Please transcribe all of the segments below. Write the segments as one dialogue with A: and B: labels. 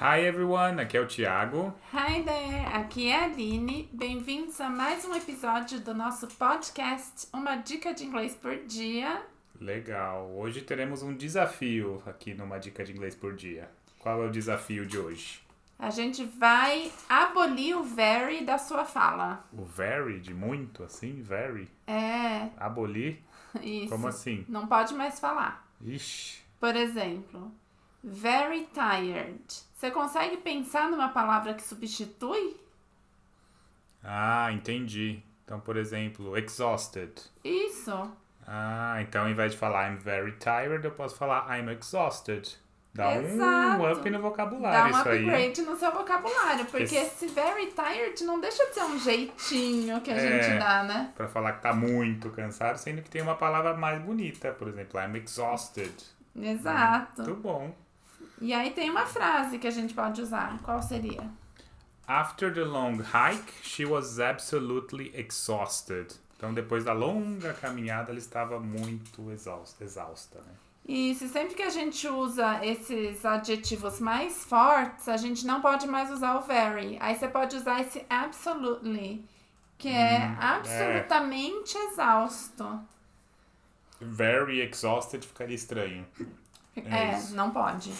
A: Hi everyone, aqui é o Thiago.
B: Hi there, aqui é a Aline. Bem-vindos a mais um episódio do nosso podcast Uma Dica de Inglês por Dia.
A: Legal. Hoje teremos um desafio aqui numa dica de inglês por dia. Qual é o desafio de hoje?
B: A gente vai abolir o very da sua fala.
A: O very de muito assim, very.
B: É,
A: Abolir?
B: isso.
A: Como assim?
B: Não pode mais falar.
A: Ixi.
B: Por exemplo, very tired. Você consegue pensar numa palavra que substitui?
A: Ah, entendi. Então, por exemplo, exhausted.
B: Isso.
A: Ah, então ao invés de falar I'm very tired, eu posso falar I'm exhausted. Dá um
B: Exato.
A: up no
B: Dá
A: vocabulário
B: um
A: isso aí.
B: upgrade no seu vocabulário, porque
A: Esse-
B: esse very tired não deixa de ser um jeitinho que a
A: É.
B: gente dá, né?
A: Pra falar que tá muito cansado, sendo que tem uma palavra mais bonita, por exemplo, I'm exhausted.
B: Exato.
A: Muito bom.
B: E aí tem uma frase que a gente pode usar. Qual seria?
A: After the long hike, she was absolutely exhausted. Então, depois da longa caminhada, ela estava muito exausta, exausta né?
B: Isso, e sempre que a gente usa esses adjetivos mais fortes, a gente não pode mais usar o very. Aí você pode usar esse absolutely, que é
A: Hum,
B: absolutamente exausto.
A: Very exhausted ficaria estranho. É
B: É,
A: isso. Uhum.
B: não pode.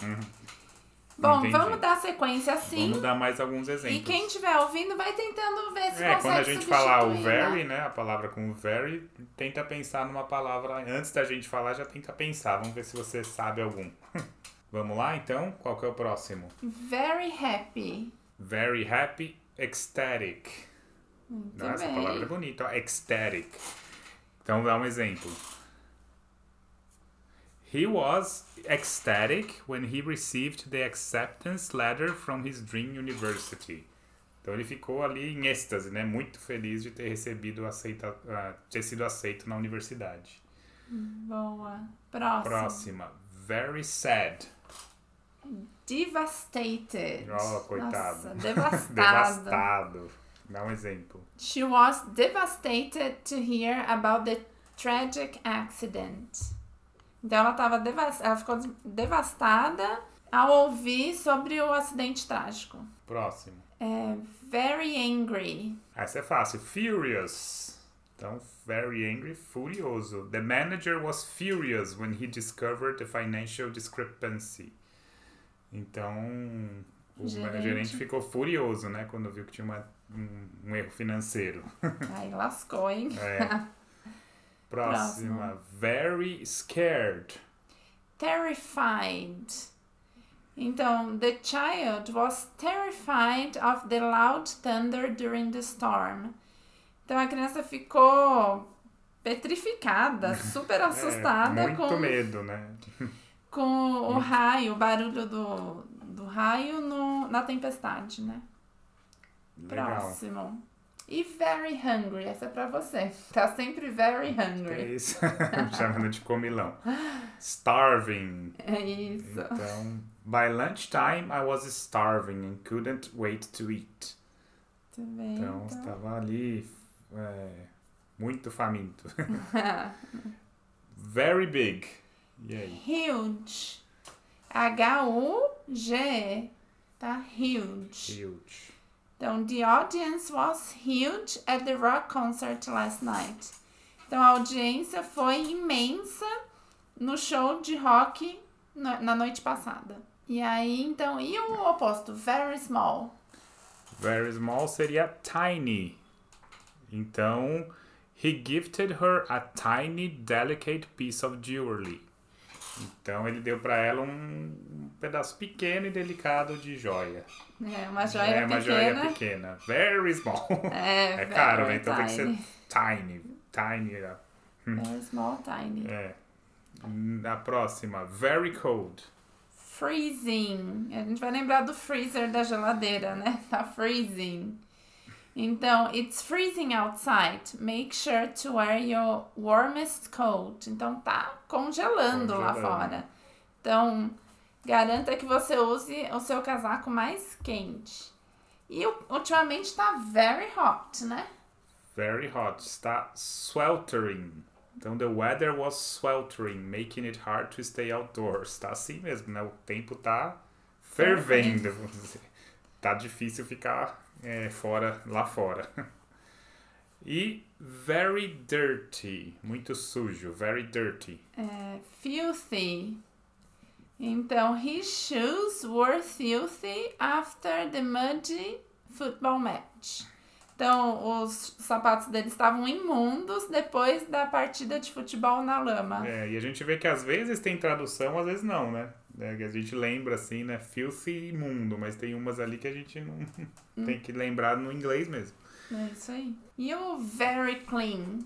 B: Bom,
A: Entendi.
B: vamos dar sequência assim.
A: Vamos dar mais alguns
B: E
A: exemplos.
B: quem estiver ouvindo vai tentando ver se
A: É,
B: consegue
A: quando a gente
B: substituir,
A: falar o
B: né?
A: very, né? A palavra com o very, tenta pensar numa palavra. Antes da gente falar, já tenta pensar. Vamos ver se você sabe algum. Vamos lá, então? Qual que é o próximo?
B: Very happy.
A: Very happy, ecstatic.
B: Muito
A: Nossa,
B: bem.
A: essa palavra é bonita, ó. Ecstatic. Então, dá um exemplo. He was ecstatic when he received the acceptance letter from his dream university. Então ele ficou ali em êxtase, né? Muito feliz de ter recebido aceita, ah, ter sido aceito na universidade.
B: Boa. Próximo.
A: Próxima, very sad.
B: Devastated.
A: Oh, coitado.
B: Nossa, devastada.
A: Devastado. Dá um exemplo.
B: She was devastated to hear about the tragic accident. Então ela tava devas ela ficou des- devastada ao ouvir sobre o acidente trágico.
A: Próximo.
B: É, very angry.
A: Essa é fácil. Furious. Então, very angry, furioso. The manager was furious when he discovered the financial discrepancy. Então, o
B: Gerente.
A: gerente, ficou furioso, né? Quando viu que tinha uma- um, um erro financeiro.
B: Aí lascou, hein?
A: É. Próxima. Very scared.
B: Terrified. Então, the child was terrified of the loud thunder during the storm. Então a criança ficou petrificada, super
A: É,
B: assustada
A: muito
B: com,
A: medo, né?
B: com o raio, o barulho do, do raio no, na tempestade, né?
A: Legal.
B: Próximo. E very hungry, essa é pra você. Tá sempre very
A: É
B: hungry.
A: isso. Chamando de comilão. Starving.
B: É isso.
A: Então, by lunchtime I was starving and couldn't wait to eat.
B: Muito bem.
A: Então,
B: então.
A: estava ali é, muito faminto. tá. Very big. E aí?
B: Huge. H-U-G-E. Tá? Huge.
A: Huge.
B: Então, the audience was huge at the rock concert last night. Então, a audiência foi imensa no show de rock no- na noite passada. E aí, então, e o oposto? Very small.
A: Very small seria tiny. Então, he gifted her a tiny delicate piece of jewelry. Então, ele deu para ela um pedaço pequeno e delicado de joia.
B: É uma joia
A: é uma
B: pequena.
A: joia pequena. Very small.
B: É,
A: É
B: very
A: caro, né? Então tem
B: tiny.
A: que ser tiny. Tiny. é.
B: Very small, tiny.
A: É. Na próxima, very cold.
B: Freezing. A gente vai lembrar do freezer da geladeira, né? Tá freezing. Então, it's freezing outside. Make sure to wear your warmest coat. Então, tá congelando, lá
A: Congelando.
B: fora. Então, garanta que você use o seu casaco mais quente. E u- ultimamente tá very hot, né?
A: Very hot. Está sweltering. Então, the weather was sweltering, making it hard to stay outdoors. Tá assim mesmo, né? O tempo tá fervendo. vamos dizer. Tá difícil ficar é, fora, lá fora. E very dirty, muito sujo, very dirty.
B: É, filthy. Então, his shoes were filthy after the muddy football match. Então, os sapatos dele estavam imundos depois da partida de futebol na lama.
A: É, e a gente vê que às vezes tem tradução, às vezes não, né? É, que a gente lembra assim, né? Filthy imundo, mas tem umas ali que a gente não tem que lembrar no inglês mesmo.
B: É isso aí. E o very clean?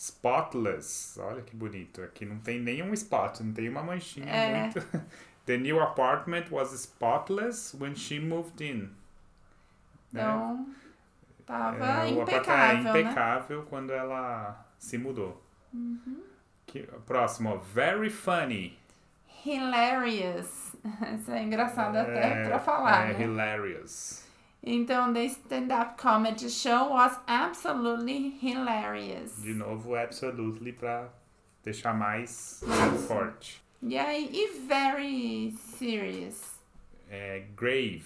A: Spotless, olha que bonito. Aqui não tem nenhum spot, não tem uma manchinha
B: É.
A: muito. The new apartment was spotless when she moved in. Né?
B: Então, tava
A: É, o apartamento
B: impecável,
A: é
B: né?
A: impecável quando ela se mudou.
B: Uhum.
A: Que- próximo, ó, very funny.
B: Hilarious. Isso é engraçado até
A: É,
B: pra falar,
A: é,
B: né?
A: Hilarious.
B: Então, the stand-up comedy show was absolutely hilarious.
A: De novo, absolutely pra deixar mais forte.
B: E aí, e very serious.
A: É, grave.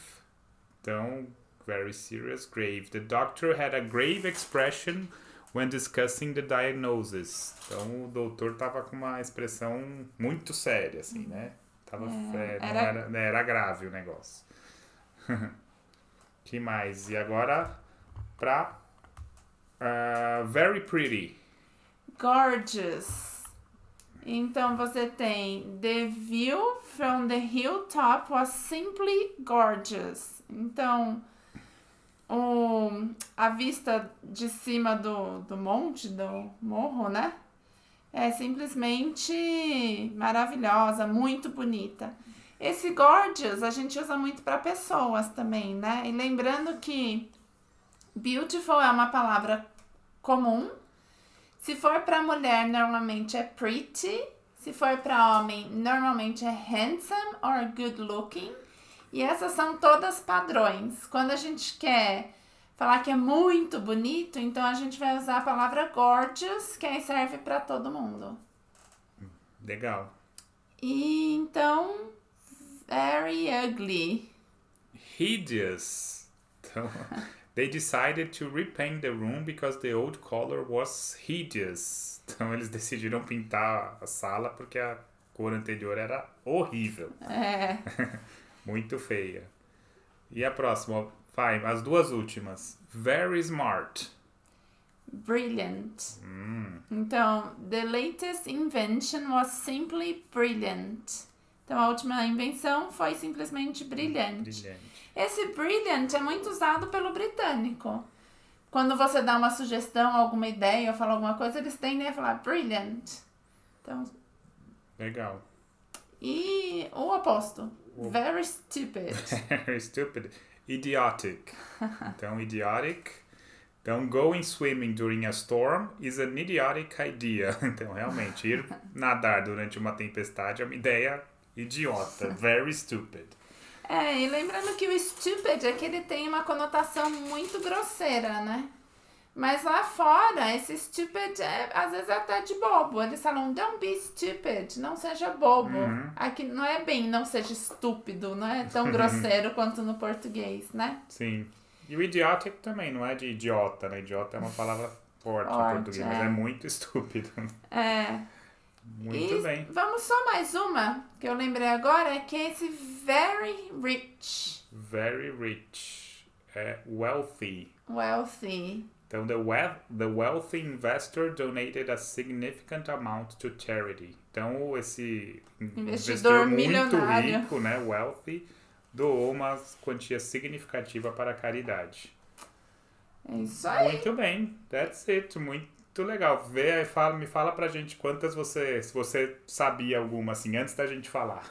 A: Então, very serious, grave. The doctor had a grave expression when discussing the diagnosis. Então, o doutor tava com uma expressão muito séria, assim, né? Tava,
B: É,
A: é, não
B: era-
A: era... né, era grave o negócio. que mais? E agora, pra... ah, very pretty.
B: Gorgeous. Então você tem The view from the hilltop was simply gorgeous. Então o, a vista de cima do, do monte, do morro, né? É simplesmente maravilhosa, muito bonita. Esse gorgeous a gente usa muito para pessoas também, né? E lembrando que beautiful é uma palavra comum se for pra mulher, normalmente é pretty. Se for pra homem, normalmente é handsome or good looking. E essas são todas padrões. Quando a gente quer falar que é muito bonito, então a gente vai usar a palavra gorgeous, que aí serve pra todo mundo.
A: Legal.
B: E então, very ugly.
A: hideous. Então, they decided to repaint the room because the old color was hideous. Então eles decidiram pintar a sala porque a cor anterior era horrível,
B: É,
A: muito feia. E a próxima, vai, as duas últimas. Very smart.
B: brilliant.
A: Hum,
B: Então, the latest invention was simply brilliant. Então, a última invenção foi simplesmente brilhante.
A: brilhante.
B: Esse brilliant é muito usado pelo britânico. Quando você dá uma sugestão, alguma ideia, ou fala alguma coisa, eles tendem a falar brilliant. Então,
A: Legal.
B: e o oposto. Very stupid.
A: Very stupid. Idiotic. Então, idiotic. Então, going swimming during a storm is an idiotic idea. Então, realmente, ir nadar durante uma tempestade é uma ideia idiota. Very stupid.
B: É, e lembrando que o stupid é que ele tem uma conotação muito grosseira, né? Mas lá fora, esse stupid é, às vezes é até de bobo. Eles falam, don't be stupid, não seja bobo.
A: Uhum.
B: Aqui não é bem não seja estúpido, não é tão grosseiro quanto no português, né?
A: Sim. E o idiotic também não é de idiota, né? Idiota é uma palavra forte
B: Forte,
A: em português, mas
B: é.
A: é muito estúpido.
B: É.
A: Muito
B: e
A: bem.
B: Vamos só mais uma que eu lembrei agora, que é esse very rich,
A: Very rich. É wealthy.
B: wealthy.
A: Então, the, wea- the wealthy investor donated a significant amount to charity. Então, esse
B: Investidor
A: investidor muito
B: milionário.
A: rico, né, wealthy, doou uma quantia significativa para a caridade.
B: É isso aí.
A: Muito bem, that's it, muito legal. Vê, aí, fala, me fala pra gente quantas você, se você sabia alguma, assim, antes da gente falar.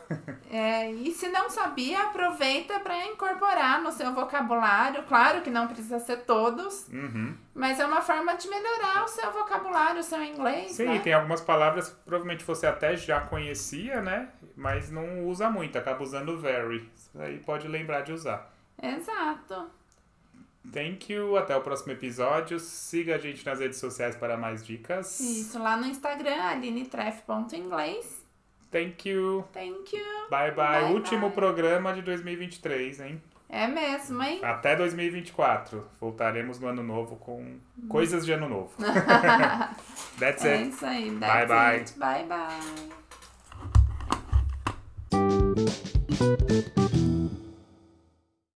B: É, e se não sabia, aproveita para incorporar no seu vocabulário. Claro que não precisa ser todos,
A: Uhum.
B: mas é uma forma de melhorar o seu vocabulário, o seu inglês.
A: Sim,
B: né?
A: tem algumas palavras que provavelmente você até já conhecia, né, mas não usa muito, acaba usando very. Isso aí pode lembrar de usar.
B: Exato.
A: Thank you. Até o próximo episódio. Siga a gente nas redes sociais para mais dicas.
B: Isso, lá no Instagram, alinetref.inglês.
A: Thank you.
B: Thank you.
A: Bye bye.
B: Bye,
A: Último
B: bye.
A: programa de 2023, hein?
B: É mesmo, hein?
A: Até 2024. Voltaremos no ano novo com coisas de ano novo. That's
B: é
A: it.
B: isso aí.
A: Bye,
B: that's
A: bye.
B: it. Bye, bye.